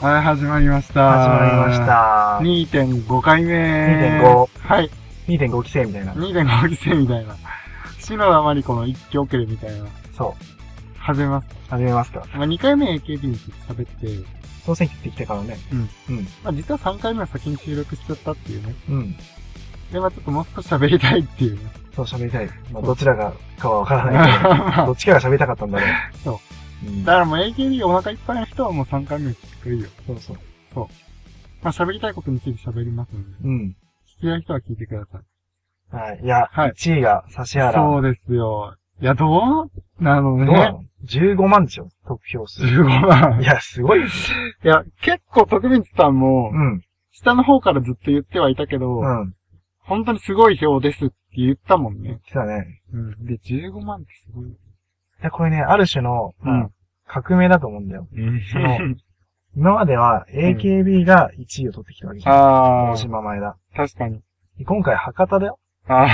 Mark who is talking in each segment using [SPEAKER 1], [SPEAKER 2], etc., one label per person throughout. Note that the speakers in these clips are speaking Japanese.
[SPEAKER 1] はい、始まりました。
[SPEAKER 2] 始まりまし。た。
[SPEAKER 1] 2.5回目。
[SPEAKER 2] 2.5
[SPEAKER 1] はい、
[SPEAKER 2] 2.5期生みたいな。
[SPEAKER 1] 2.5期生みたいな。篠田真理子の一期遅れみたいな。
[SPEAKER 2] そう。
[SPEAKER 1] 始めます。
[SPEAKER 2] 始めますか。
[SPEAKER 1] まあ、2回目 AKB に喋って、
[SPEAKER 2] 総選挙ってきてからね。
[SPEAKER 1] まあ、実は3回目は先に収録しちゃったっていうね。
[SPEAKER 2] うん。
[SPEAKER 1] で、まあ、ちょっともう少し喋りたいっていうね。
[SPEAKER 2] そう喋りたい。まあ、
[SPEAKER 1] そう
[SPEAKER 2] どちらがかはわからないけ ど、
[SPEAKER 1] まあ
[SPEAKER 2] どっちかが喋りたかったんだろう。。
[SPEAKER 1] そう
[SPEAKER 2] ん、
[SPEAKER 1] だからもう AKB お腹いっぱいの人はもう3回目聞くといいよ。
[SPEAKER 2] そうそう。
[SPEAKER 1] まあ、喋りたいことについて喋りますので、
[SPEAKER 2] うん。
[SPEAKER 1] 聞きたい人は聞いてください。
[SPEAKER 2] はい。いや、
[SPEAKER 1] はい
[SPEAKER 2] 1位が指原。
[SPEAKER 1] そううですよ。いや、どうなの
[SPEAKER 2] どう
[SPEAKER 1] ね。
[SPEAKER 2] なの ?15 万でしょ得票数。い
[SPEAKER 1] 15万。
[SPEAKER 2] や、すごいですね。
[SPEAKER 1] いや、結構徳光さんも、
[SPEAKER 2] うん。
[SPEAKER 1] 下の方からずっと言ってはいたけど、
[SPEAKER 2] うん。
[SPEAKER 1] 本当にすごい票ですって言ったもんね。
[SPEAKER 2] 来たね。
[SPEAKER 1] うん。で、15万ってすごい。
[SPEAKER 2] いや、これね、ある種の、まあ、革命だと思うんだよ。
[SPEAKER 1] そ
[SPEAKER 2] の今までは AKB が1位を取ってきたわけじゃん。
[SPEAKER 1] あ
[SPEAKER 2] 大
[SPEAKER 1] ー、
[SPEAKER 2] 島前田。
[SPEAKER 1] 確かに。
[SPEAKER 2] 今回博多だよ。
[SPEAKER 1] あ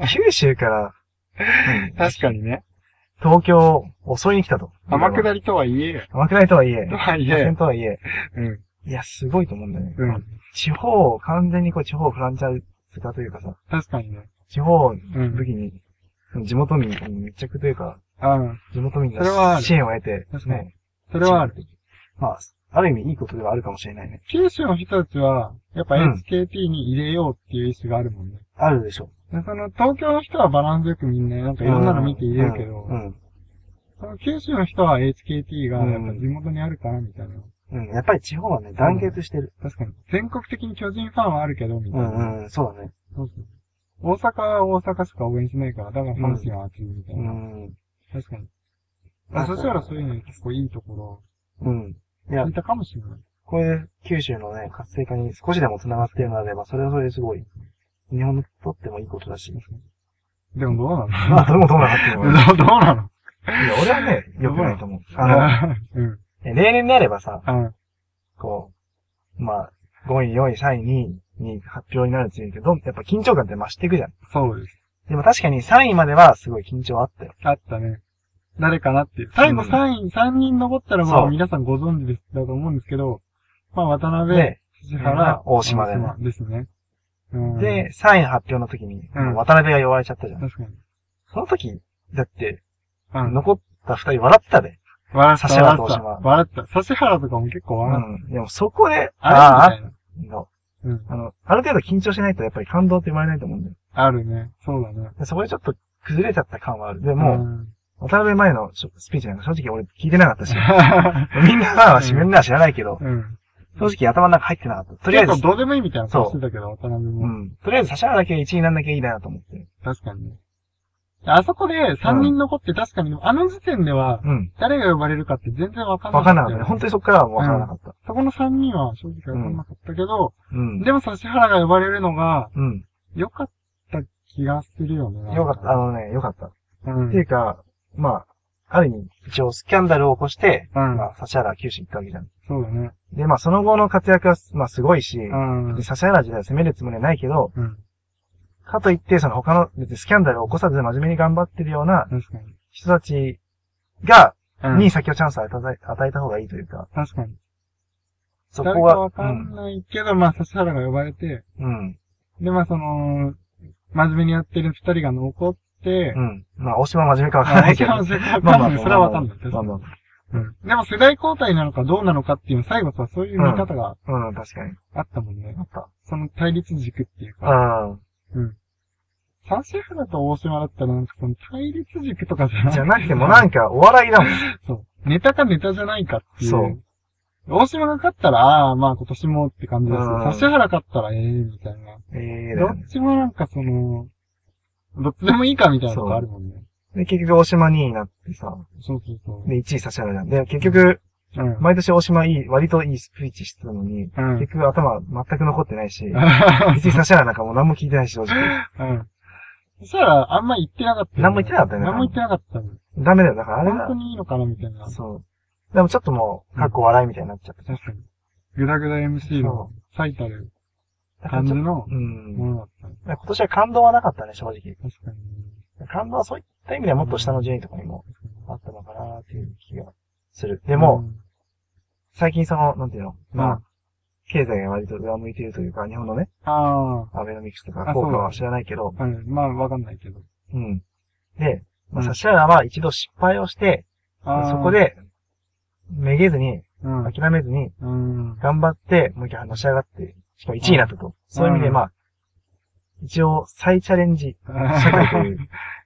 [SPEAKER 1] ー
[SPEAKER 2] 九州から、
[SPEAKER 1] 確かにね。
[SPEAKER 2] 東京を襲いに来たと。
[SPEAKER 1] 天下りとはいえ、
[SPEAKER 2] 天下りとはいえ
[SPEAKER 1] と、はい
[SPEAKER 2] 河
[SPEAKER 1] え
[SPEAKER 2] 川、とはいえ、
[SPEAKER 1] うん。
[SPEAKER 2] いや、すごいと思うんだよね。
[SPEAKER 1] うん。
[SPEAKER 2] 地方を、完全にこう地方フランチャイズ化というかさ、
[SPEAKER 1] 確かにね。
[SPEAKER 2] 地方を
[SPEAKER 1] うん。
[SPEAKER 2] 武器に、地元民に密着というか、
[SPEAKER 1] あー
[SPEAKER 2] 地元民
[SPEAKER 1] それはあ
[SPEAKER 2] が
[SPEAKER 1] る
[SPEAKER 2] 支援を得て、
[SPEAKER 1] 確かに
[SPEAKER 2] ね。
[SPEAKER 1] それはある。
[SPEAKER 2] る。まあ、ある意味いいことではあるかもしれないね。
[SPEAKER 1] 九州の人たちは、やっぱ
[SPEAKER 2] うん
[SPEAKER 1] HKT に入れようっていう意思があるもんね。
[SPEAKER 2] あるでしょ。
[SPEAKER 1] でその、東京の人はバランスよくみんな、なんかいろんなの見て入れるけど、
[SPEAKER 2] うん。
[SPEAKER 1] その九州の人は HKT がやっぱ地元にあるからみたいな。
[SPEAKER 2] うん。やっぱり地方はね、団結してる。
[SPEAKER 1] 確かに。全国的に巨人ファンはあるけど、みた
[SPEAKER 2] う
[SPEAKER 1] いな。
[SPEAKER 2] んうん、そうだね。
[SPEAKER 1] そうそう大阪は大阪しか応援しないから、だから阪神は熱いみたいうな。
[SPEAKER 2] ん。
[SPEAKER 1] 確かに。あそしたらそういうの結構いいとこ
[SPEAKER 2] うん。い
[SPEAKER 1] ろ、
[SPEAKER 2] や
[SPEAKER 1] い、たかもしれない。
[SPEAKER 2] これで九州のね、活性化に少しでも繋がっているのであれば、それはそれですごい、日本にとってもいいことだし。
[SPEAKER 1] でもどうな
[SPEAKER 2] まあ、どれもどうなのっていうの
[SPEAKER 1] の
[SPEAKER 2] は
[SPEAKER 1] どうどうなの
[SPEAKER 2] い や、俺はね、良くないと思う。あ
[SPEAKER 1] あうん。
[SPEAKER 2] の、例年であればさ、
[SPEAKER 1] あ
[SPEAKER 2] こう、まあ、5位、4位、3位、2位に発表になるっていうけど、やっぱ緊張感って増していくじゃん。
[SPEAKER 1] そうです。
[SPEAKER 2] でも確かに3位まではすごい緊張あったよ。
[SPEAKER 1] あったね。誰かなっていう。最後
[SPEAKER 2] うん
[SPEAKER 1] 3位、三人残ったらま
[SPEAKER 2] そ
[SPEAKER 1] あ
[SPEAKER 2] う
[SPEAKER 1] 皆さんご存知です、だと思うんですけど、まあ渡辺、
[SPEAKER 2] で、
[SPEAKER 1] 藤原、
[SPEAKER 2] 大島でね
[SPEAKER 1] 大ですね。うん
[SPEAKER 2] で、、3位発表の時に、
[SPEAKER 1] うん
[SPEAKER 2] 渡辺が弱れちゃったじゃん。
[SPEAKER 1] 確かに。
[SPEAKER 2] その時、だって、
[SPEAKER 1] うん。
[SPEAKER 2] 残った2人笑ってたで。
[SPEAKER 1] 笑った、
[SPEAKER 2] 指原と
[SPEAKER 1] 笑った。
[SPEAKER 2] 大島
[SPEAKER 1] 笑った。指原とかも結構
[SPEAKER 2] う
[SPEAKER 1] 笑った。
[SPEAKER 2] ん。でもそこで、
[SPEAKER 1] あ
[SPEAKER 2] あ
[SPEAKER 1] るみたいな。
[SPEAKER 2] ー、の
[SPEAKER 1] うん。
[SPEAKER 2] あの、ある程度緊張しないとやっぱり感動って生まれないと思うんだよ。
[SPEAKER 1] あるね。そうだね。
[SPEAKER 2] でそこでちょっと崩れちゃった感はある。でも、
[SPEAKER 1] ん
[SPEAKER 2] 渡辺前のしょスピーチなんか正直俺聞いてなか ったし、みんなは
[SPEAKER 1] うん
[SPEAKER 2] し、みんなは知らないけど、
[SPEAKER 1] うん。
[SPEAKER 2] 正直頭の中入ってなかった。と
[SPEAKER 1] とり
[SPEAKER 2] りあ
[SPEAKER 1] あ
[SPEAKER 2] え
[SPEAKER 1] え
[SPEAKER 2] ず
[SPEAKER 1] ず、、どうでもいいみたいな顔してたけど、渡辺
[SPEAKER 2] う
[SPEAKER 1] も。
[SPEAKER 2] ん。とりあえず指原だけ1位になんなきゃいいなと思って。
[SPEAKER 1] 確かにね。あそこで3人残って確かに、あの時点では、
[SPEAKER 2] うん。
[SPEAKER 1] 誰が呼ばれるかって全然わかんな
[SPEAKER 2] わ
[SPEAKER 1] か
[SPEAKER 2] か
[SPEAKER 1] った
[SPEAKER 2] んな
[SPEAKER 1] よ
[SPEAKER 2] かっ
[SPEAKER 1] ね。
[SPEAKER 2] たね。本当にそこからはわからなかった。
[SPEAKER 1] そこの3人は正直わかんなかったけど、
[SPEAKER 2] うん。
[SPEAKER 1] でも指原が呼ばれるのが、
[SPEAKER 2] うん。
[SPEAKER 1] 良かった気がするよね。。
[SPEAKER 2] よかった。あのね、よかった。った
[SPEAKER 1] うん。
[SPEAKER 2] ていうか、まあ、ある意味、一応スキャンダルを起こして、
[SPEAKER 1] うん
[SPEAKER 2] まあ、指原は九州行ったわけじゃん。
[SPEAKER 1] そうだね。
[SPEAKER 2] で、まあ、その後の活躍は、まあ、すごいし、
[SPEAKER 1] うん。う
[SPEAKER 2] で、指原自体は攻めるつもりはないけど、
[SPEAKER 1] ん。
[SPEAKER 2] かといって、その他の、別にスキャンダルを起こさず真面目に頑張ってるような
[SPEAKER 1] 確かに。
[SPEAKER 2] 人たちが、
[SPEAKER 1] うん
[SPEAKER 2] に先をチャンスを与え与えた方がいいというか、
[SPEAKER 1] 確かに。
[SPEAKER 2] そこ
[SPEAKER 1] 誰か
[SPEAKER 2] は
[SPEAKER 1] わ、かんないけど、まあ、指原が呼ばれて、
[SPEAKER 2] うん、
[SPEAKER 1] で、まあ、その、真面目にやってる二人が残って
[SPEAKER 2] う、ん。まあ、大島は真面目かわ
[SPEAKER 1] あ
[SPEAKER 2] から ないけど。
[SPEAKER 1] もちろん わかんないそれはわかんない。確
[SPEAKER 2] ま
[SPEAKER 1] か
[SPEAKER 2] あ
[SPEAKER 1] に
[SPEAKER 2] ま
[SPEAKER 1] うんでも世代交代なのかどうなのかっていうの最後さ、そういう見方が
[SPEAKER 2] あ、うん、確かに。
[SPEAKER 1] あったもんね
[SPEAKER 2] あ。った。
[SPEAKER 1] その対立軸っていうか、
[SPEAKER 2] う。
[SPEAKER 1] 指原と大島だったらなんかその対立軸とかじゃなんい
[SPEAKER 2] じゃなくてもなんか、お笑いだもん。
[SPEAKER 1] そう。ネタかネタじゃないかっていう。
[SPEAKER 2] そう
[SPEAKER 1] 大島が勝ったら、ああ、まあ今年もって感じだし
[SPEAKER 2] うん、
[SPEAKER 1] 指原勝ったらええ、みたいな。
[SPEAKER 2] ええ
[SPEAKER 1] どっちもなんかその、どっちでもいいかみたいなと
[SPEAKER 2] そう
[SPEAKER 1] こあるもんね。
[SPEAKER 2] で、結局、大島2位になってさ、
[SPEAKER 1] そうそうそう。
[SPEAKER 2] で、1位指原じゃん。で、結局、
[SPEAKER 1] うん。
[SPEAKER 2] 毎年大島いい、割といいスピーチしてたのに、
[SPEAKER 1] うん。
[SPEAKER 2] 結局頭全く残ってな いし、
[SPEAKER 1] う
[SPEAKER 2] 別に指原なんかもう何も聞いてないし、正直。
[SPEAKER 1] ん。そしたら、あんま言ってなかったよね。
[SPEAKER 2] 何も言ってなかったよね
[SPEAKER 1] 何も言ってなかったの。
[SPEAKER 2] ダメだよ。だからあれ
[SPEAKER 1] 本当
[SPEAKER 2] が、
[SPEAKER 1] にいいのかなみたいな。
[SPEAKER 2] そう。でもちょっともう、かっこ笑いみたいになっちゃったじゃん。
[SPEAKER 1] 確かに。ぐだぐだ MC の
[SPEAKER 2] そ
[SPEAKER 1] 最たる
[SPEAKER 2] う。だから
[SPEAKER 1] 感じ
[SPEAKER 2] ちょっと
[SPEAKER 1] の
[SPEAKER 2] うん。
[SPEAKER 1] ものだったね。
[SPEAKER 2] 今年は感動はなかったね、正直。
[SPEAKER 1] 確かに。
[SPEAKER 2] 感動はそういった意味ではもっと下の順位とかにもあったのかなっていう気がする。でも、最近その、なんていうの、ま
[SPEAKER 1] う
[SPEAKER 2] あ、経済が割と上向いているというか、日本のね、
[SPEAKER 1] あ
[SPEAKER 2] アベノミクスと
[SPEAKER 1] あ
[SPEAKER 2] か効果
[SPEAKER 1] そうだ
[SPEAKER 2] は知らないけど、
[SPEAKER 1] あ、うん、まあわかんないけど。
[SPEAKER 2] うん。で、ま
[SPEAKER 1] うん
[SPEAKER 2] あ、指原は一度失敗をして、
[SPEAKER 1] あー
[SPEAKER 2] そこ、で、めげずに、
[SPEAKER 1] うん、
[SPEAKER 2] 諦めずに、
[SPEAKER 1] うん、
[SPEAKER 2] 頑張って、もう一回のし上がって、しかも1位になったと。そういう意味で、
[SPEAKER 1] うん
[SPEAKER 2] まあ、一応、再チャレン ジ、社会という、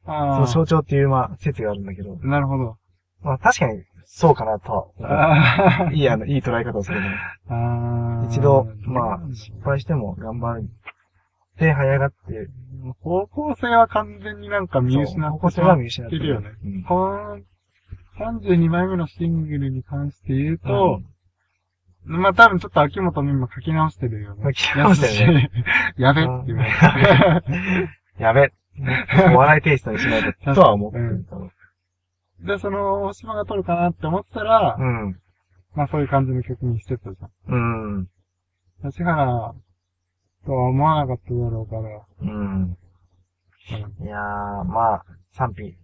[SPEAKER 2] そ
[SPEAKER 1] あ
[SPEAKER 2] の
[SPEAKER 1] あ、
[SPEAKER 2] 象徴っていう、まあ、説があるんだけど、
[SPEAKER 1] なるほど。
[SPEAKER 2] まあ、確かに、そうかなとは
[SPEAKER 1] あ
[SPEAKER 2] 思う。いい、あの、いい捉え方をするね。
[SPEAKER 1] あ
[SPEAKER 2] 一度まあ
[SPEAKER 1] 失
[SPEAKER 2] 失敗しても頑張る。で、早上がって、
[SPEAKER 1] 方向性は完全になんか見失
[SPEAKER 2] そう
[SPEAKER 1] っ
[SPEAKER 2] ここ
[SPEAKER 1] てし
[SPEAKER 2] そ
[SPEAKER 1] ま
[SPEAKER 2] は
[SPEAKER 1] う。
[SPEAKER 2] 見失っ
[SPEAKER 1] っててるよね。
[SPEAKER 2] うん
[SPEAKER 1] この32枚目のシングルに関して言うと、まあ多分ちょっと秋元も今書き直してるよね。
[SPEAKER 2] 書き直してる
[SPEAKER 1] ね。やべって言われて。
[SPEAKER 2] やべ。お笑いテイストに しないと、とは思ってるけど。
[SPEAKER 1] で、その、大島が撮るかなって思ってたら、
[SPEAKER 2] うん。
[SPEAKER 1] まあそういう感じの曲にしてたじゃん。
[SPEAKER 2] うん。
[SPEAKER 1] 指原とは思わなかっただろうから
[SPEAKER 2] う
[SPEAKER 1] う
[SPEAKER 2] ん。
[SPEAKER 1] ん、
[SPEAKER 2] いやー、まあ、賛否。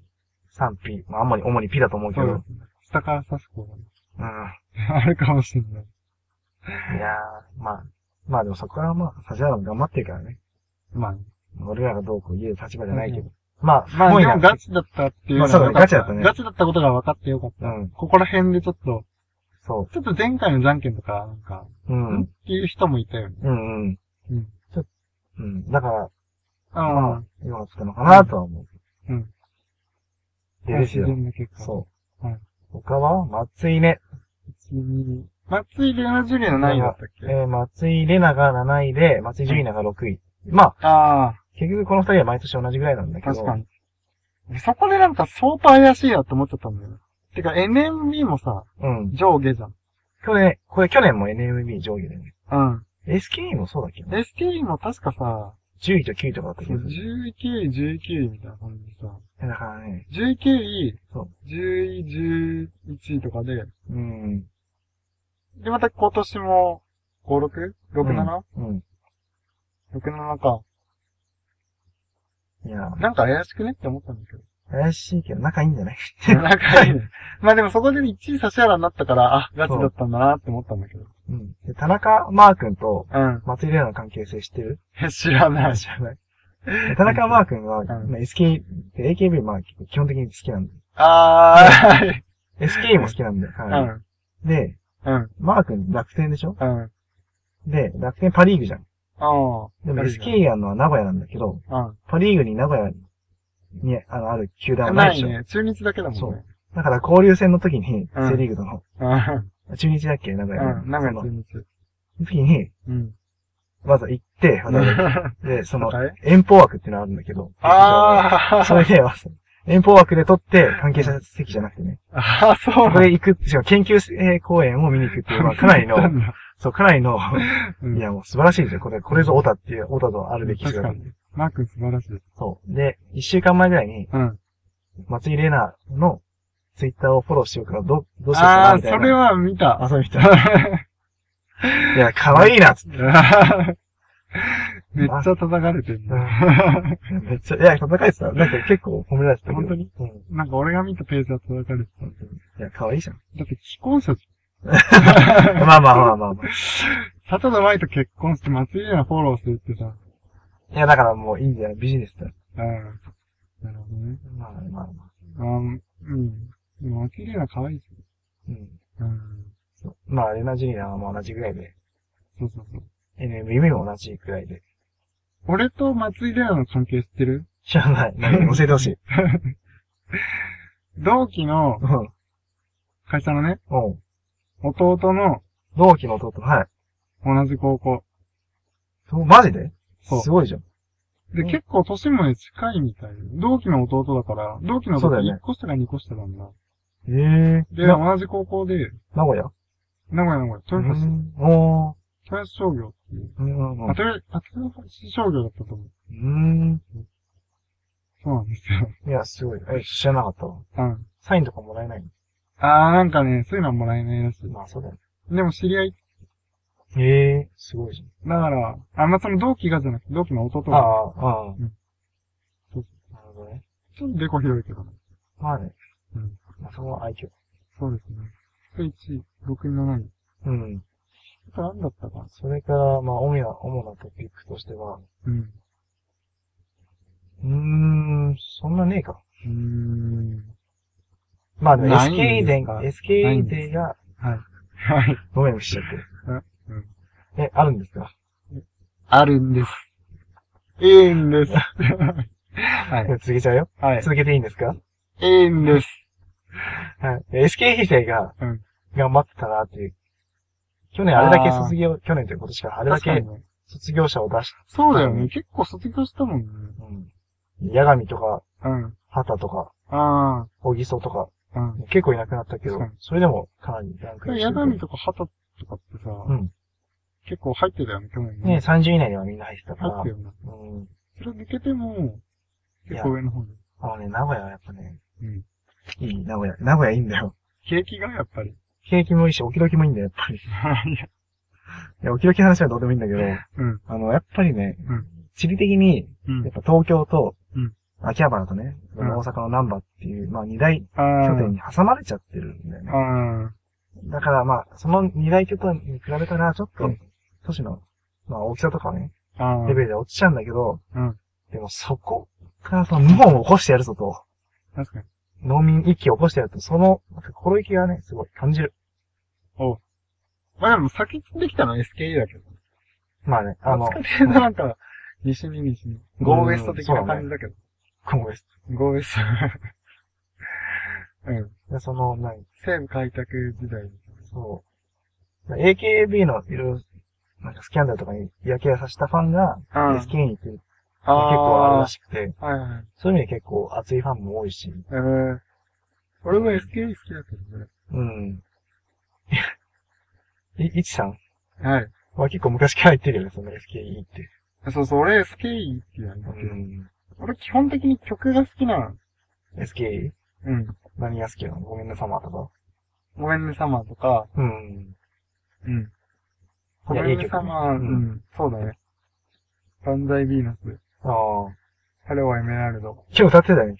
[SPEAKER 2] 賛否。まあ、主に、主に P だと思うけ
[SPEAKER 1] そう
[SPEAKER 2] ど
[SPEAKER 1] で。すね。下から刺す子が、
[SPEAKER 2] うん。
[SPEAKER 1] あるかもしれない。
[SPEAKER 2] いやー、まあ、まあでもそこはまあ、指原も頑張ってるからね。
[SPEAKER 1] まあね、
[SPEAKER 2] 俺らがどうこう言える立場じゃないけど。まあ、
[SPEAKER 1] まあ、
[SPEAKER 2] もう
[SPEAKER 1] で
[SPEAKER 2] いいな
[SPEAKER 1] もガチだったっていうの
[SPEAKER 2] まあそうだ
[SPEAKER 1] が
[SPEAKER 2] ね
[SPEAKER 1] 良か
[SPEAKER 2] ガチだったね
[SPEAKER 1] ガチだったことが分かってよかっ
[SPEAKER 2] う
[SPEAKER 1] た。
[SPEAKER 2] ん、
[SPEAKER 1] ここら辺でちょっと、
[SPEAKER 2] そ
[SPEAKER 1] ちょっと前回のじゃんけんとか、なんか、
[SPEAKER 2] う。うん、うんん
[SPEAKER 1] っていう人もいたよね。、
[SPEAKER 2] うん。
[SPEAKER 1] うん。
[SPEAKER 2] うん。だから、
[SPEAKER 1] ああ、
[SPEAKER 2] 今だったのかなとは思う。
[SPEAKER 1] うん。
[SPEAKER 2] でで
[SPEAKER 1] 自
[SPEAKER 2] すよ。
[SPEAKER 1] 然な結果。
[SPEAKER 2] そう。
[SPEAKER 1] はい
[SPEAKER 2] 他は、松井ね。
[SPEAKER 1] う。に、松井玲奈ジュリアの何位だったっけ
[SPEAKER 2] えー、松井玲奈が7位で、松井純奈が6位。まあ、
[SPEAKER 1] あ
[SPEAKER 2] 結局この2人は毎年同じぐらいなんだ
[SPEAKER 1] あ、
[SPEAKER 2] けど。
[SPEAKER 1] 確かに。そこでなんか相当怪しいなって思っちゃったんだよね。てか NMB もさ、
[SPEAKER 2] うん。
[SPEAKER 1] 上下じゃん。
[SPEAKER 2] 去年、これ去年も NMB 上下だよね。
[SPEAKER 1] うん。
[SPEAKER 2] SKE もそうだっけな
[SPEAKER 1] SKE も確かさ、
[SPEAKER 2] 10位と9位とかだった気がする。
[SPEAKER 1] 19位、19位みたいな感じでさ、
[SPEAKER 2] だからね、
[SPEAKER 1] 19位
[SPEAKER 2] そ、
[SPEAKER 1] 10位、11位とかで、
[SPEAKER 2] うん。
[SPEAKER 1] で、また今年も、5、6?6、7?6、
[SPEAKER 2] うん。
[SPEAKER 1] 7か。
[SPEAKER 2] いや、
[SPEAKER 1] なんか怪しくねって思ったんだけど。
[SPEAKER 2] 怪しいけど、仲いいんじゃない
[SPEAKER 1] 仲いいね。 まあでもそこで1位指原になったから、あ、ガチだったんだなって思ったんだけど。
[SPEAKER 2] うん。で田中マー君と
[SPEAKER 1] うん。
[SPEAKER 2] 松井玲奈の関係性知ってる
[SPEAKER 1] え 知らない。
[SPEAKER 2] 知らない。で田中マー君は、
[SPEAKER 1] ん
[SPEAKER 2] まあ SK、AKB まあ基本的に好きなんだよ。
[SPEAKER 1] あー。
[SPEAKER 2] SK も好きなんだよ。
[SPEAKER 1] う
[SPEAKER 2] はい
[SPEAKER 1] ん。
[SPEAKER 2] で、
[SPEAKER 1] うん。
[SPEAKER 2] マー君楽天でしょ
[SPEAKER 1] うん。
[SPEAKER 2] で、楽天パリーグじゃん。
[SPEAKER 1] ああ。
[SPEAKER 2] でも SK やるのは名古屋なんだけど、
[SPEAKER 1] う
[SPEAKER 2] パリーグに名古屋に、あの、ある球団は
[SPEAKER 1] ん。
[SPEAKER 2] ない
[SPEAKER 1] な
[SPEAKER 2] で
[SPEAKER 1] い
[SPEAKER 2] しょ。
[SPEAKER 1] ね。中日だけだもんね。
[SPEAKER 2] そうだから交流戦の時に、
[SPEAKER 1] うん
[SPEAKER 2] セリーグとの、
[SPEAKER 1] うん。
[SPEAKER 2] 中日だっけ名古屋の。
[SPEAKER 1] うん。名古屋
[SPEAKER 2] そ
[SPEAKER 1] 中
[SPEAKER 2] の
[SPEAKER 1] 日。
[SPEAKER 2] 時に、
[SPEAKER 1] うん。
[SPEAKER 2] わざ行って、で、 その
[SPEAKER 1] 高い、
[SPEAKER 2] 遠方枠ってのあるんだけど。
[SPEAKER 1] ああ。
[SPEAKER 2] それで、遠方枠で取って、関係者席じゃなくてね。
[SPEAKER 1] ああ、そう
[SPEAKER 2] そ
[SPEAKER 1] なん
[SPEAKER 2] こ
[SPEAKER 1] だ。
[SPEAKER 2] で行く、しかも研究えー公演を見に行くっていう、まあ、かなりの、そう、かなりの、
[SPEAKER 1] うん
[SPEAKER 2] いや、もう素晴らしいですよ。これ、これぞオタっていう、オタとあるべき
[SPEAKER 1] 確か
[SPEAKER 2] 姿。
[SPEAKER 1] に。マー君素晴らしい。
[SPEAKER 2] そう。で、一週間前ぐらいに、
[SPEAKER 1] うん。
[SPEAKER 2] 松井玲奈のツイッターをフォローしようから、ど、どうしようか
[SPEAKER 1] ああ、
[SPEAKER 2] な、みたいな。
[SPEAKER 1] それは見た。
[SPEAKER 2] あ、そうみ たいな。いや、可愛いな、つっ
[SPEAKER 1] めっちゃ叩かれてる
[SPEAKER 2] て。。めっちゃ、いや、戦いてた。なんか結構褒められてたけど。
[SPEAKER 1] 本当に
[SPEAKER 2] うん。
[SPEAKER 1] なんか俺が見たページは叩かれてた。
[SPEAKER 2] 本当にいや、可愛いじゃん。
[SPEAKER 1] だって既婚者じ
[SPEAKER 2] まあまあまあまあまあ。
[SPEAKER 1] ゃん。里田舞と結婚して松井玲奈フォローするってさ。
[SPEAKER 2] いや、だからもういいんじゃないビジネスだ。
[SPEAKER 1] うん。なるほどね。
[SPEAKER 2] まあまあまあ。
[SPEAKER 1] あんうん。でも松井玲奈可愛いし。
[SPEAKER 2] うん。
[SPEAKER 1] うん。
[SPEAKER 2] そうまあ、レナ・ジュニアはまあ同じぐらいで、
[SPEAKER 1] そうそうそう。
[SPEAKER 2] NMB も同じくらいで。
[SPEAKER 1] 俺と松井玲奈の関係知ってる
[SPEAKER 2] 知らない。何教えてほしい。
[SPEAKER 1] 同期の
[SPEAKER 2] うん。うん。
[SPEAKER 1] 会社のね、弟の
[SPEAKER 2] 同期の弟、はい。
[SPEAKER 1] 同じ高校。
[SPEAKER 2] そう、マジで
[SPEAKER 1] そう
[SPEAKER 2] すごいじゃん。
[SPEAKER 1] で、
[SPEAKER 2] うん
[SPEAKER 1] 結構年もね、近いみたい。同期の弟だから、同期の
[SPEAKER 2] そう
[SPEAKER 1] 弟
[SPEAKER 2] だよね
[SPEAKER 1] 1個下か2個下なんだ。
[SPEAKER 2] ええ
[SPEAKER 1] で、
[SPEAKER 2] な
[SPEAKER 1] 同じ高校で、
[SPEAKER 2] 名古屋
[SPEAKER 1] 名古屋名古屋、
[SPEAKER 2] う
[SPEAKER 1] 豊橋、
[SPEAKER 2] ん。お
[SPEAKER 1] 豊橋商業っていう。
[SPEAKER 2] ー。うん。
[SPEAKER 1] あ、豊豊橋商業だったと思う。
[SPEAKER 2] うん。
[SPEAKER 1] そうなんですよ。
[SPEAKER 2] いや、すごい。え、知らなかったわ。
[SPEAKER 1] うん。
[SPEAKER 2] サインとかもらえない
[SPEAKER 1] あー、なんかね、そういうのはもらえないらしい。
[SPEAKER 2] まあ、そうだよ
[SPEAKER 1] でも知り合い、
[SPEAKER 2] ね。ええすごいじ
[SPEAKER 1] だから、あ、まあ、その同期がじゃなくて、同期の弟
[SPEAKER 2] ゃん。あ
[SPEAKER 1] が。
[SPEAKER 2] あ、ああ。
[SPEAKER 1] そう
[SPEAKER 2] なるほどね。
[SPEAKER 1] ちょっとデコ広いけどね。
[SPEAKER 2] まあね。
[SPEAKER 1] うん。
[SPEAKER 2] まあ、そこは愛嬌。
[SPEAKER 1] そうですね。それ1位、6位、7位。
[SPEAKER 2] うん。
[SPEAKER 1] あと何だったかな
[SPEAKER 2] それから、まあ、主な、主なトピックとしては、
[SPEAKER 1] うん。
[SPEAKER 2] うーん、そんなねえか。
[SPEAKER 1] うーん。
[SPEAKER 2] まあ、でも
[SPEAKER 1] ないん
[SPEAKER 2] SKE
[SPEAKER 1] です
[SPEAKER 2] 電
[SPEAKER 1] か
[SPEAKER 2] が、
[SPEAKER 1] ないん
[SPEAKER 2] SKE
[SPEAKER 1] です
[SPEAKER 2] 電が、
[SPEAKER 1] はい。はい。
[SPEAKER 2] ごめん、しちゃっ
[SPEAKER 1] うんうん
[SPEAKER 2] て。え、あるんですか
[SPEAKER 1] あるんです。いいんです。 はい。
[SPEAKER 2] 続けちゃうよ。
[SPEAKER 1] はい。
[SPEAKER 2] 続けていいんですか
[SPEAKER 1] いいんです。
[SPEAKER 2] はい。SKE 生が
[SPEAKER 1] うん、
[SPEAKER 2] 頑張ってたなっていう。去年あれだけ
[SPEAKER 1] あー
[SPEAKER 2] 卒業、去年ということしか、あれだ
[SPEAKER 1] 確
[SPEAKER 2] け
[SPEAKER 1] かにね
[SPEAKER 2] 卒業者を出し
[SPEAKER 1] そうだよね。結構卒業したもんね。
[SPEAKER 2] た。うん。矢神とか、
[SPEAKER 1] うん。
[SPEAKER 2] 畑とか、
[SPEAKER 1] あ
[SPEAKER 2] 小木曽とか、
[SPEAKER 1] あ。うん。
[SPEAKER 2] 結構いなくなったけど
[SPEAKER 1] 確かに、
[SPEAKER 2] それでもかなりランクインして
[SPEAKER 1] ヤ
[SPEAKER 2] る
[SPEAKER 1] ガミとかハタとかってさ、
[SPEAKER 2] うん
[SPEAKER 1] 結構入ってたよね、去年
[SPEAKER 2] ね、30以内にはみんな入ってたか
[SPEAKER 1] 入っ
[SPEAKER 2] ら
[SPEAKER 1] て、るよね。
[SPEAKER 2] うん。
[SPEAKER 1] それ抜けても、結構上の方に。
[SPEAKER 2] あのね、名古屋はやっぱね、
[SPEAKER 1] うん。
[SPEAKER 2] いい、名古屋。名古屋いいんだよ。
[SPEAKER 1] 景気がやっぱり。
[SPEAKER 2] 景気もいいし、置き時もいいんだよ、やっぱり。いや、置き時の話はどうでもいいんだけど、
[SPEAKER 1] うん。
[SPEAKER 2] あの、やっぱりね、
[SPEAKER 1] うん
[SPEAKER 2] 地理的に、
[SPEAKER 1] うん
[SPEAKER 2] やっ。ぱ東京と
[SPEAKER 1] うん、
[SPEAKER 2] 秋葉原とね、
[SPEAKER 1] うん
[SPEAKER 2] 大阪の難波っていう、まあ二大
[SPEAKER 1] あ
[SPEAKER 2] 拠点に挟まれちゃってるんだよね
[SPEAKER 1] あ。。ああ。
[SPEAKER 2] だからまあ、その二大拠点に比べたら、ちょっ
[SPEAKER 1] う
[SPEAKER 2] と
[SPEAKER 1] ん、
[SPEAKER 2] 都市の、まあ大きさとかね、
[SPEAKER 1] ああ。
[SPEAKER 2] レベルで落ちちゃうんだけど、
[SPEAKER 1] うん
[SPEAKER 2] でもそこからその謀反を起こしてやるぞと、
[SPEAKER 1] 確かに。
[SPEAKER 2] 農民一揆を起こしてやると、その心意気がね、すごい感じる。
[SPEAKER 1] まあでも先にできたのは SKE だけど。
[SPEAKER 2] まあね、あ
[SPEAKER 1] あ
[SPEAKER 2] の
[SPEAKER 1] の、、れでなんか、西に西に。ゴーウエスト的な感じだけど。
[SPEAKER 2] 今後です。
[SPEAKER 1] ゴーウエスト。 うん。
[SPEAKER 2] でその、何、
[SPEAKER 1] 西部開拓時代。
[SPEAKER 2] そう。AKB のいろいろ、なんかスキャンダルとかに嫌気がさしたファンが、
[SPEAKER 1] あ
[SPEAKER 2] SK に行ってる
[SPEAKER 1] あ
[SPEAKER 2] 結構あるら
[SPEAKER 1] し
[SPEAKER 2] しくて、
[SPEAKER 1] い。はいはい。
[SPEAKER 2] そういう意味で結構熱いファンも多いし、
[SPEAKER 1] えー、俺も SKE 好きだけどね。
[SPEAKER 2] うん。い、いちさん
[SPEAKER 1] はい。
[SPEAKER 2] は結構昔から言ってるよね、その SKE って。
[SPEAKER 1] そうそう、俺 SKE って言うんだけど。
[SPEAKER 2] ん。
[SPEAKER 1] 俺基本的に曲が好きなの。
[SPEAKER 2] SKE?
[SPEAKER 1] うん。
[SPEAKER 2] 何が好きなのごめんなさまとか。
[SPEAKER 1] ごめんね様とか。
[SPEAKER 2] うん。
[SPEAKER 1] うん。ご
[SPEAKER 2] いや
[SPEAKER 1] めん
[SPEAKER 2] い
[SPEAKER 1] ね
[SPEAKER 2] い曲ね
[SPEAKER 1] 様、う
[SPEAKER 2] うん
[SPEAKER 1] ん。そうだね。万歳ビーナス。
[SPEAKER 2] ああ。
[SPEAKER 1] ハローはエメラルド。
[SPEAKER 2] 今日歌ってたよね。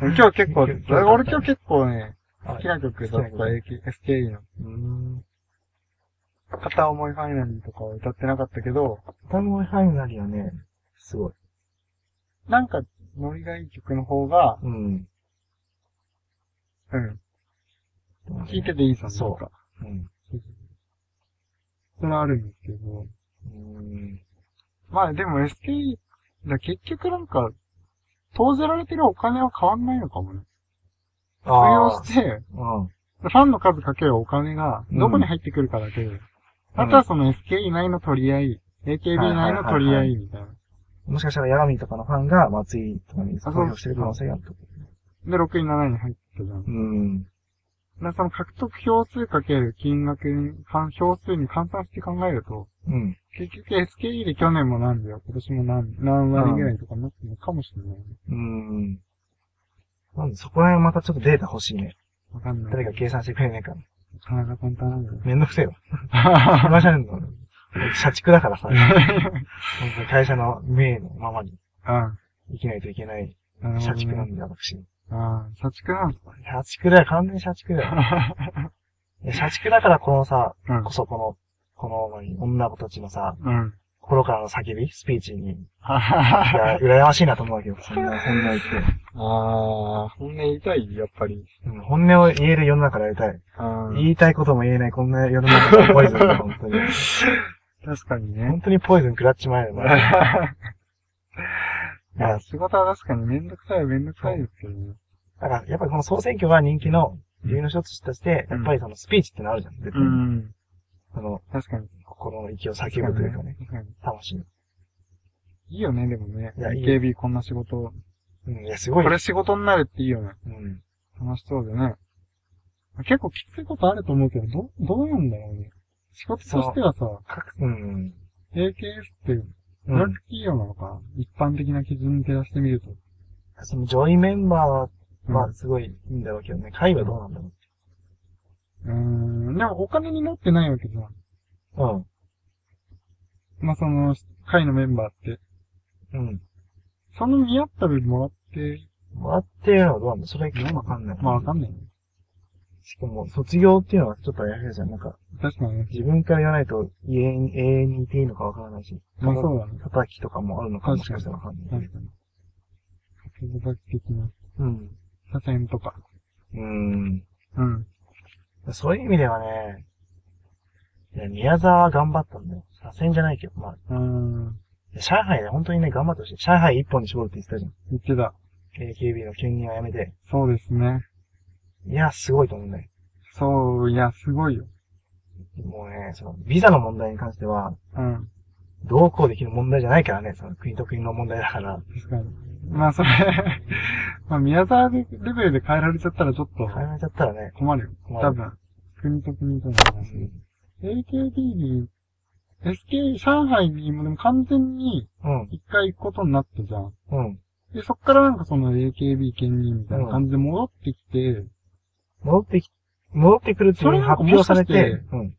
[SPEAKER 1] 今日結構、
[SPEAKER 2] 今日歌った
[SPEAKER 1] 俺今日結構ね、
[SPEAKER 2] 好
[SPEAKER 1] 好きな曲だった
[SPEAKER 2] 好きな
[SPEAKER 1] AK SKE の。
[SPEAKER 2] うん。
[SPEAKER 1] 片思いファイナリーとかは歌ってなかったけど、
[SPEAKER 2] 歌声ファイナリーはね、すごい。
[SPEAKER 1] なんかノリがいい曲の方が、
[SPEAKER 2] うん。
[SPEAKER 1] うん。聴いてていいさ、
[SPEAKER 2] そう
[SPEAKER 1] なんか。
[SPEAKER 2] うん。
[SPEAKER 1] それはあるんですけど。
[SPEAKER 2] うん。
[SPEAKER 1] まあでも SKE、だ結局なんか、投じられてるお金は変わんないのかもね。通
[SPEAKER 2] あ
[SPEAKER 1] 用
[SPEAKER 2] あ。
[SPEAKER 1] して、
[SPEAKER 2] うん。
[SPEAKER 1] ファンの数かけるお金が、どこに入ってくるかだけで。あとはその SKE 内の取り合い、AKB 内の取り合いみたいな。
[SPEAKER 2] もしかしたら、ヤガミとかのファンが松井とかに投票してる可能性があると。
[SPEAKER 1] で、6位、7位に入ってたじゃん。だか
[SPEAKER 2] うん。
[SPEAKER 1] らその獲得票数かける金額に、かん票数に換算して考えると、
[SPEAKER 2] うん。
[SPEAKER 1] 結局 SKE で去年も何秒、今年も何、何割ぐらいとかになってるのかもしれないね。
[SPEAKER 2] うん。なんで、そこら辺またちょっとデータ欲しいね。
[SPEAKER 1] わかんない。
[SPEAKER 2] 誰か計算してくれねえかな。
[SPEAKER 1] なかなか簡単なんだよ。
[SPEAKER 2] めんど くせえわ。暇じゃねえんだ俺。俺社畜だからさ、本当に会社の名のままに
[SPEAKER 1] あ
[SPEAKER 2] 生きないといけない
[SPEAKER 1] あ、なるほどね
[SPEAKER 2] 社畜なんだよ、私。
[SPEAKER 1] ああ、社畜なんですか
[SPEAKER 2] 社畜だよ、完全に社畜だ よ。いや社畜だからこのさ、
[SPEAKER 1] うん
[SPEAKER 2] こ。そこの、この何女子たちのさ、
[SPEAKER 1] うん。
[SPEAKER 2] 心からの叫び、スピー チに、い
[SPEAKER 1] ああ、
[SPEAKER 2] や、羨ましいなと思うわけど、そんな本音を言って。
[SPEAKER 1] 本音言いたい、やっぱり。
[SPEAKER 2] うん本音を言える世の中でやりたい。
[SPEAKER 1] ああ
[SPEAKER 2] 言いたいことも言えない、こんな世の中のポイズンだ、本当 に。
[SPEAKER 1] 確かに ね。
[SPEAKER 2] 本当にポイズン食らっちまえるな。
[SPEAKER 1] いや、仕事は確かにめんどくさいはめんどくさいですけどね。
[SPEAKER 2] だから、やっぱりこの総選挙は人気の理由の一つとして、
[SPEAKER 1] う
[SPEAKER 2] や
[SPEAKER 1] ん
[SPEAKER 2] っぱりそのスピーチってのあるじゃん。絶対に
[SPEAKER 1] ん。
[SPEAKER 2] その、
[SPEAKER 1] 確かに。
[SPEAKER 2] 心の息を叫ぶというかね、
[SPEAKER 1] 確かに。
[SPEAKER 2] 魂の。
[SPEAKER 1] いいよね、でもね。
[SPEAKER 2] いやいい
[SPEAKER 1] AKB こんな仕事。
[SPEAKER 2] うん、いや、す
[SPEAKER 1] こ
[SPEAKER 2] ごい。
[SPEAKER 1] れ仕事になるっていいよね。
[SPEAKER 2] うん。
[SPEAKER 1] 楽しそうでね。結構きついことあると思うけど、ど、どうなんだろうね。仕事としてはさ、
[SPEAKER 2] 各、うん。
[SPEAKER 1] AKS って、ブ
[SPEAKER 2] う
[SPEAKER 1] ラッ
[SPEAKER 2] ん
[SPEAKER 1] ク。企業なのかな、一般的な基準に照らしてみると。
[SPEAKER 2] その上位メンバーは、
[SPEAKER 1] うん
[SPEAKER 2] まあ、すごいいいんだろうけどね、会はどうなんだろ
[SPEAKER 1] うーん、でもお金になってないわけじゃん。
[SPEAKER 2] う。
[SPEAKER 1] まあ、その、会のメンバーって。
[SPEAKER 2] うん。うん。
[SPEAKER 1] その見合った分もらって、
[SPEAKER 2] もらってるのはどうなんだそれ、
[SPEAKER 1] どうなの
[SPEAKER 2] わかんない。
[SPEAKER 1] まあわかんないね。
[SPEAKER 2] しかも、卒業っていうのはちょっとあれじゃん。なんか、
[SPEAKER 1] 確かにね。
[SPEAKER 2] 自分から言わないと永遠に、永遠にいていいのかわからないし。
[SPEAKER 1] まあそうだね。
[SPEAKER 2] 叩きとかもあるのかもしかしたらわかんない。
[SPEAKER 1] 確かに。言葉的な
[SPEAKER 2] うん。
[SPEAKER 1] 左遷とか。
[SPEAKER 2] うん。
[SPEAKER 1] うん。
[SPEAKER 2] そういう意味ではね、いや宮沢は頑張ったんだよ。左遷じゃないけど、まあ、
[SPEAKER 1] うん。
[SPEAKER 2] 上海で本当にね、頑張ってほしい。上海一本に絞るって言ってたじゃん。
[SPEAKER 1] 言ってた。
[SPEAKER 2] AKB の権限はやめて。
[SPEAKER 1] そうですね。
[SPEAKER 2] いや、すごいと思うんだよ。
[SPEAKER 1] そう、いや、すごいよ。
[SPEAKER 2] もうね、その、ビザの問題に関しては、
[SPEAKER 1] うん。
[SPEAKER 2] どうこうできる問題じゃないからね、その国と国の問題だから、
[SPEAKER 1] 確かに。まあ、それ、 まあ、宮沢レベルで変えられちゃったらちょっと
[SPEAKER 2] 変えられちゃったらね、
[SPEAKER 1] 困るよ。
[SPEAKER 2] 困る
[SPEAKER 1] 多分。国と国との
[SPEAKER 2] う
[SPEAKER 1] 話。
[SPEAKER 2] ん。
[SPEAKER 1] AKB に、SK、上海に、もうでも完全に
[SPEAKER 2] うん。
[SPEAKER 1] 一回行くことになったじゃん。
[SPEAKER 2] うん。
[SPEAKER 1] で、そっからなんかその AKB 兼任みたいな感じで戻ってきて、
[SPEAKER 2] 戻ってき、戻ってくるっていうふうに発表され
[SPEAKER 1] それなん
[SPEAKER 2] て、うん。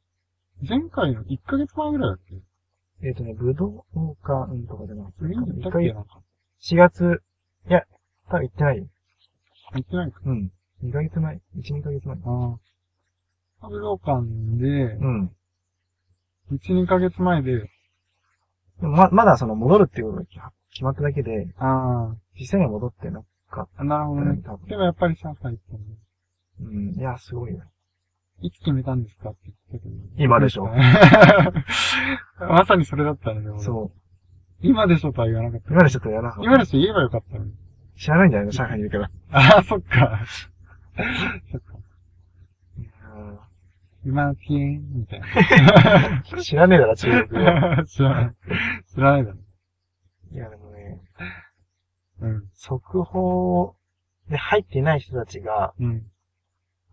[SPEAKER 1] 前回の1ヶ月前ぐらいだっけ
[SPEAKER 2] えっ、とね、武道館とかじゃなくて、
[SPEAKER 1] 見に行
[SPEAKER 2] 一
[SPEAKER 1] ったっけ
[SPEAKER 2] 回
[SPEAKER 1] なんか。
[SPEAKER 2] 4月、いや、多分行ってないよ。
[SPEAKER 1] 行ってないか。
[SPEAKER 2] うん。2ヶ月前、1、2ヶ月前。
[SPEAKER 1] ああ。武道館で、
[SPEAKER 2] うん。で
[SPEAKER 1] 1、2ヶ月前で、
[SPEAKER 2] もま、まだその戻るっていうことが決決まっただけで、
[SPEAKER 1] あ
[SPEAKER 2] 実際には戻ってなかっ
[SPEAKER 1] あ、なるほ
[SPEAKER 2] た
[SPEAKER 1] ど
[SPEAKER 2] ね
[SPEAKER 1] ね、。
[SPEAKER 2] 多分。
[SPEAKER 1] でもやっぱり上海行ったね。
[SPEAKER 2] うん。いや、すごいよ。
[SPEAKER 1] いつ決めたんですかって言ってたけど。
[SPEAKER 2] 今でしょ
[SPEAKER 1] まさにそれだったね、でも。う。
[SPEAKER 2] そう。
[SPEAKER 1] 今でしょとは言わなかった。
[SPEAKER 2] 今までちょっとやらなかった
[SPEAKER 1] 今でしょ言えばよかったのに。
[SPEAKER 2] 知らないんじゃないの上海にいるから。
[SPEAKER 1] ああ、そっか。
[SPEAKER 2] う
[SPEAKER 1] 今、ピエン、みたい
[SPEAKER 2] ん知らねえだろ、中国語。
[SPEAKER 1] な。 知らない。知らないだろ。
[SPEAKER 2] いや、でもね、
[SPEAKER 1] うん。
[SPEAKER 2] 速報で入ってない人たちが、
[SPEAKER 1] うん。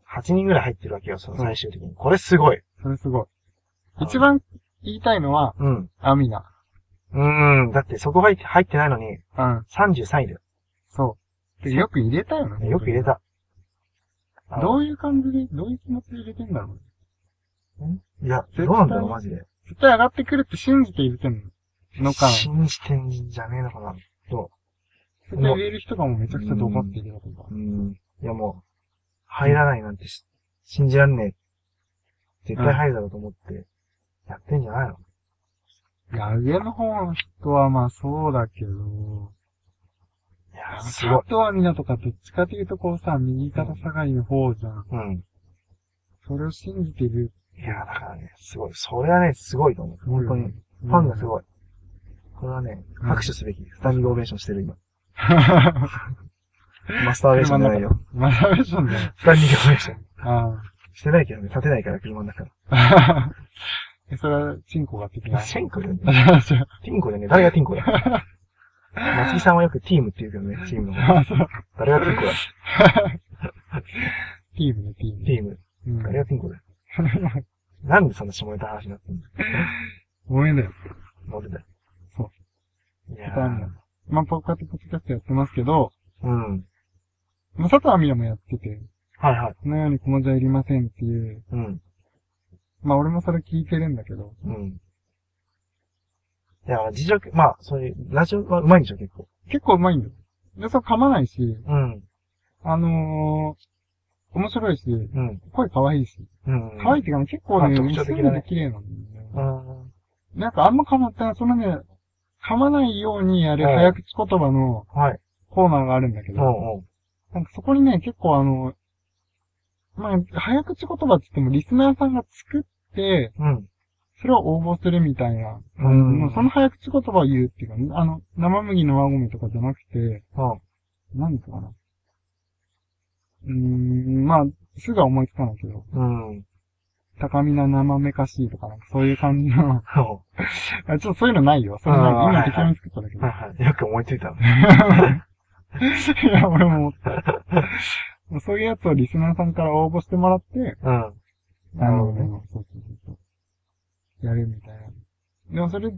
[SPEAKER 2] 8人ぐらい入ってるわけよ、その最終的に。これすごい。
[SPEAKER 1] それすごい。一番言いたいのは、
[SPEAKER 2] うん。
[SPEAKER 1] アミナ。
[SPEAKER 2] うん。だってそこが入ってないのに、
[SPEAKER 1] うん。
[SPEAKER 2] 33位だよ。
[SPEAKER 1] そう。でよく入れたよね。
[SPEAKER 2] よく入れた。あ
[SPEAKER 1] ど
[SPEAKER 2] の
[SPEAKER 1] ういう感じで、どういう気持ちで入れてんだろう。
[SPEAKER 2] いや、どうなんだろう、マジで。
[SPEAKER 1] 絶対上がってくるって信じて入れてんのか、絶
[SPEAKER 2] 信じてんじゃねえのかな。
[SPEAKER 1] 対入れる人がもうめちゃくちゃドバって入れたとか。
[SPEAKER 2] うん。いや、もう、入らないなんてし信じらんねえ。絶対入るだろうと思って、やってんじゃないの
[SPEAKER 1] いや、上の方の人はまあそうだけど、
[SPEAKER 2] いやー、す
[SPEAKER 1] 佐
[SPEAKER 2] ごい。
[SPEAKER 1] 藤アミナとかどっちかというとこうさ、右肩下がりの方じゃん。
[SPEAKER 2] うん。
[SPEAKER 1] それを信じている。
[SPEAKER 2] いや、だからね、すごい。それはね、すごいと思う。本当に。ファンが す
[SPEAKER 1] い。
[SPEAKER 2] ごい。これはね、
[SPEAKER 1] うん
[SPEAKER 2] 拍手すべき。スタンディングオベーションしてる、今。
[SPEAKER 1] マ
[SPEAKER 2] マスターオベーションじゃないよ。
[SPEAKER 1] ダメじゃんだ よ。
[SPEAKER 2] スタンディングオベーション。
[SPEAKER 1] あ
[SPEAKER 2] してないけどね、立てないから、車の中か
[SPEAKER 1] あ。 え、それは、チンコが的な
[SPEAKER 2] ら。。ティンコだよね。
[SPEAKER 1] あ、
[SPEAKER 2] ティンコだよね。誰がティンコだよ。 松木さんはよくティームって言うけどね、チームのこと。
[SPEAKER 1] そう。
[SPEAKER 2] 誰がティンコだ
[SPEAKER 1] ティームね、ティーム。
[SPEAKER 2] ティーム。
[SPEAKER 1] うん
[SPEAKER 2] 誰がティンコだよ。なんでそんな下ネタ話になってんの
[SPEAKER 1] ごめんだよ。
[SPEAKER 2] なんでだよ。。
[SPEAKER 1] そう
[SPEAKER 2] いや
[SPEAKER 1] ダメ
[SPEAKER 2] ー
[SPEAKER 1] だ。まあ、こうやってポッドキャストやってますけど、
[SPEAKER 2] うん。
[SPEAKER 1] まあ、佐藤アミナもやってて、
[SPEAKER 2] はいはい。
[SPEAKER 1] このようにこのじゃいりませんっていう、
[SPEAKER 2] うん。
[SPEAKER 1] まあ、俺もそれ聞いてるんだけど、
[SPEAKER 2] うん。いやー、自助、まあ、そういう、ラジオはうまいんでしょ、結構。
[SPEAKER 1] 結構うまいんだよ。で、そう噛まないし、
[SPEAKER 2] うん。
[SPEAKER 1] あのー、面白いし、
[SPEAKER 2] うん。
[SPEAKER 1] 声可愛いし。
[SPEAKER 2] うん。
[SPEAKER 1] 可愛いっていうかね、結構ね、
[SPEAKER 2] あ特徴
[SPEAKER 1] 結
[SPEAKER 2] 的
[SPEAKER 1] ん
[SPEAKER 2] だね
[SPEAKER 1] で綺麗なんだよね。
[SPEAKER 2] うん。
[SPEAKER 1] なんかあんま噛まったら、そのね、噛まないようにやる
[SPEAKER 2] はい
[SPEAKER 1] 早口言葉の
[SPEAKER 2] はい。
[SPEAKER 1] コーナーがあるんだけ
[SPEAKER 2] う
[SPEAKER 1] ど、
[SPEAKER 2] んうん。
[SPEAKER 1] なんかそこにね、結構あの、まあ、早口言葉って言ってもリスナーさんが作って、
[SPEAKER 2] うん。
[SPEAKER 1] それを応募するみたいな。
[SPEAKER 2] うん
[SPEAKER 1] もうその早口言葉を言うっていうか、あの、生麦の輪ゴムとかじゃなくて、
[SPEAKER 2] うん。
[SPEAKER 1] なんとかな。うーん、まあ、すぐは思いつかないけど、
[SPEAKER 2] うん。
[SPEAKER 1] 高みな生めかしいとか、なんかそういう感じの、
[SPEAKER 2] は
[SPEAKER 1] あちょっとそういうのないよ。それない。
[SPEAKER 2] あー
[SPEAKER 1] 今適当に作っただけ
[SPEAKER 2] い
[SPEAKER 1] ど。
[SPEAKER 2] はい。よく思いついたの。
[SPEAKER 1] いや、俺も思った。 そういうやつをリスナーさんから応募してもらって、
[SPEAKER 2] うん。
[SPEAKER 1] あ
[SPEAKER 2] なる
[SPEAKER 1] の
[SPEAKER 2] ほどね。
[SPEAKER 1] そうそうそうそう。やるみたいな。でもそれ、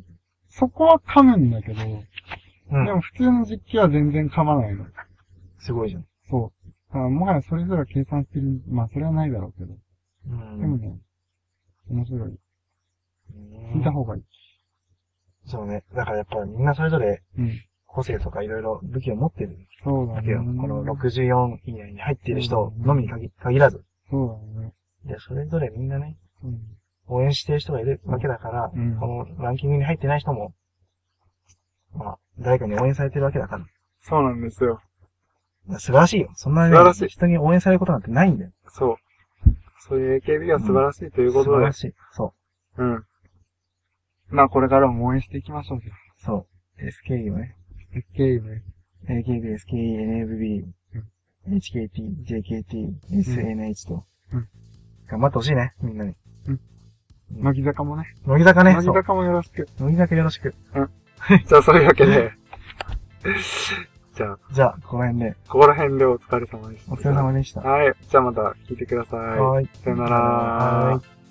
[SPEAKER 1] そこは噛むんだけど、
[SPEAKER 2] う
[SPEAKER 1] で
[SPEAKER 2] ん。
[SPEAKER 1] も普通の実機は全然噛まないの。
[SPEAKER 2] すごいじゃん。
[SPEAKER 1] そう。あもはやそれぞれ計算してる、まあそれはないだろうけど。
[SPEAKER 2] う
[SPEAKER 1] でも
[SPEAKER 2] ん。
[SPEAKER 1] ね、面白い。聞いた方がいい。
[SPEAKER 2] そうね。だからやっぱりみんなそれぞれ
[SPEAKER 1] うん。
[SPEAKER 2] 個性とかいろいろ武器を持ってる
[SPEAKER 1] そうだ
[SPEAKER 2] わ
[SPEAKER 1] ね
[SPEAKER 2] けよ。この64以内に入っている人のみに限限らず。
[SPEAKER 1] そうだね。
[SPEAKER 2] で、それぞれみんなね、
[SPEAKER 1] うん。
[SPEAKER 2] 応援してる人がいるわけだから、
[SPEAKER 1] うん
[SPEAKER 2] このランキングに入ってない人も、まあ、誰かに応援されてるわけだから。
[SPEAKER 1] そうなんですよ。
[SPEAKER 2] 素晴らしいよ。そんな、ね、
[SPEAKER 1] 素晴らしい
[SPEAKER 2] 人に応援されることなんてないんだよ。
[SPEAKER 1] そう。そういう AKB は素晴らしいということ
[SPEAKER 2] 素晴
[SPEAKER 1] で
[SPEAKER 2] ら。しい。そ
[SPEAKER 1] うん。まあこれからも応援していきましょうよ。
[SPEAKER 2] う。そう。SKE はね、
[SPEAKER 1] AKB ね。
[SPEAKER 2] AKB、SKE、NFB、HKT、JKT、SNH と、
[SPEAKER 1] うん
[SPEAKER 2] 頑張ってほしいね、みんなに。
[SPEAKER 1] 乃木坂もね。
[SPEAKER 2] 乃木坂ね、
[SPEAKER 1] 乃
[SPEAKER 2] そ
[SPEAKER 1] 木
[SPEAKER 2] う。
[SPEAKER 1] 坂もよろしく。
[SPEAKER 2] 乃木坂よろしく。
[SPEAKER 1] じゃあそういうわけで。じゃあ、
[SPEAKER 2] じゃあ、この辺で、
[SPEAKER 1] ここら辺でお疲れ様でした。
[SPEAKER 2] お疲れ様でした。
[SPEAKER 1] はい。じゃあまた聞いてください。
[SPEAKER 2] はい。
[SPEAKER 1] さよなら
[SPEAKER 2] はい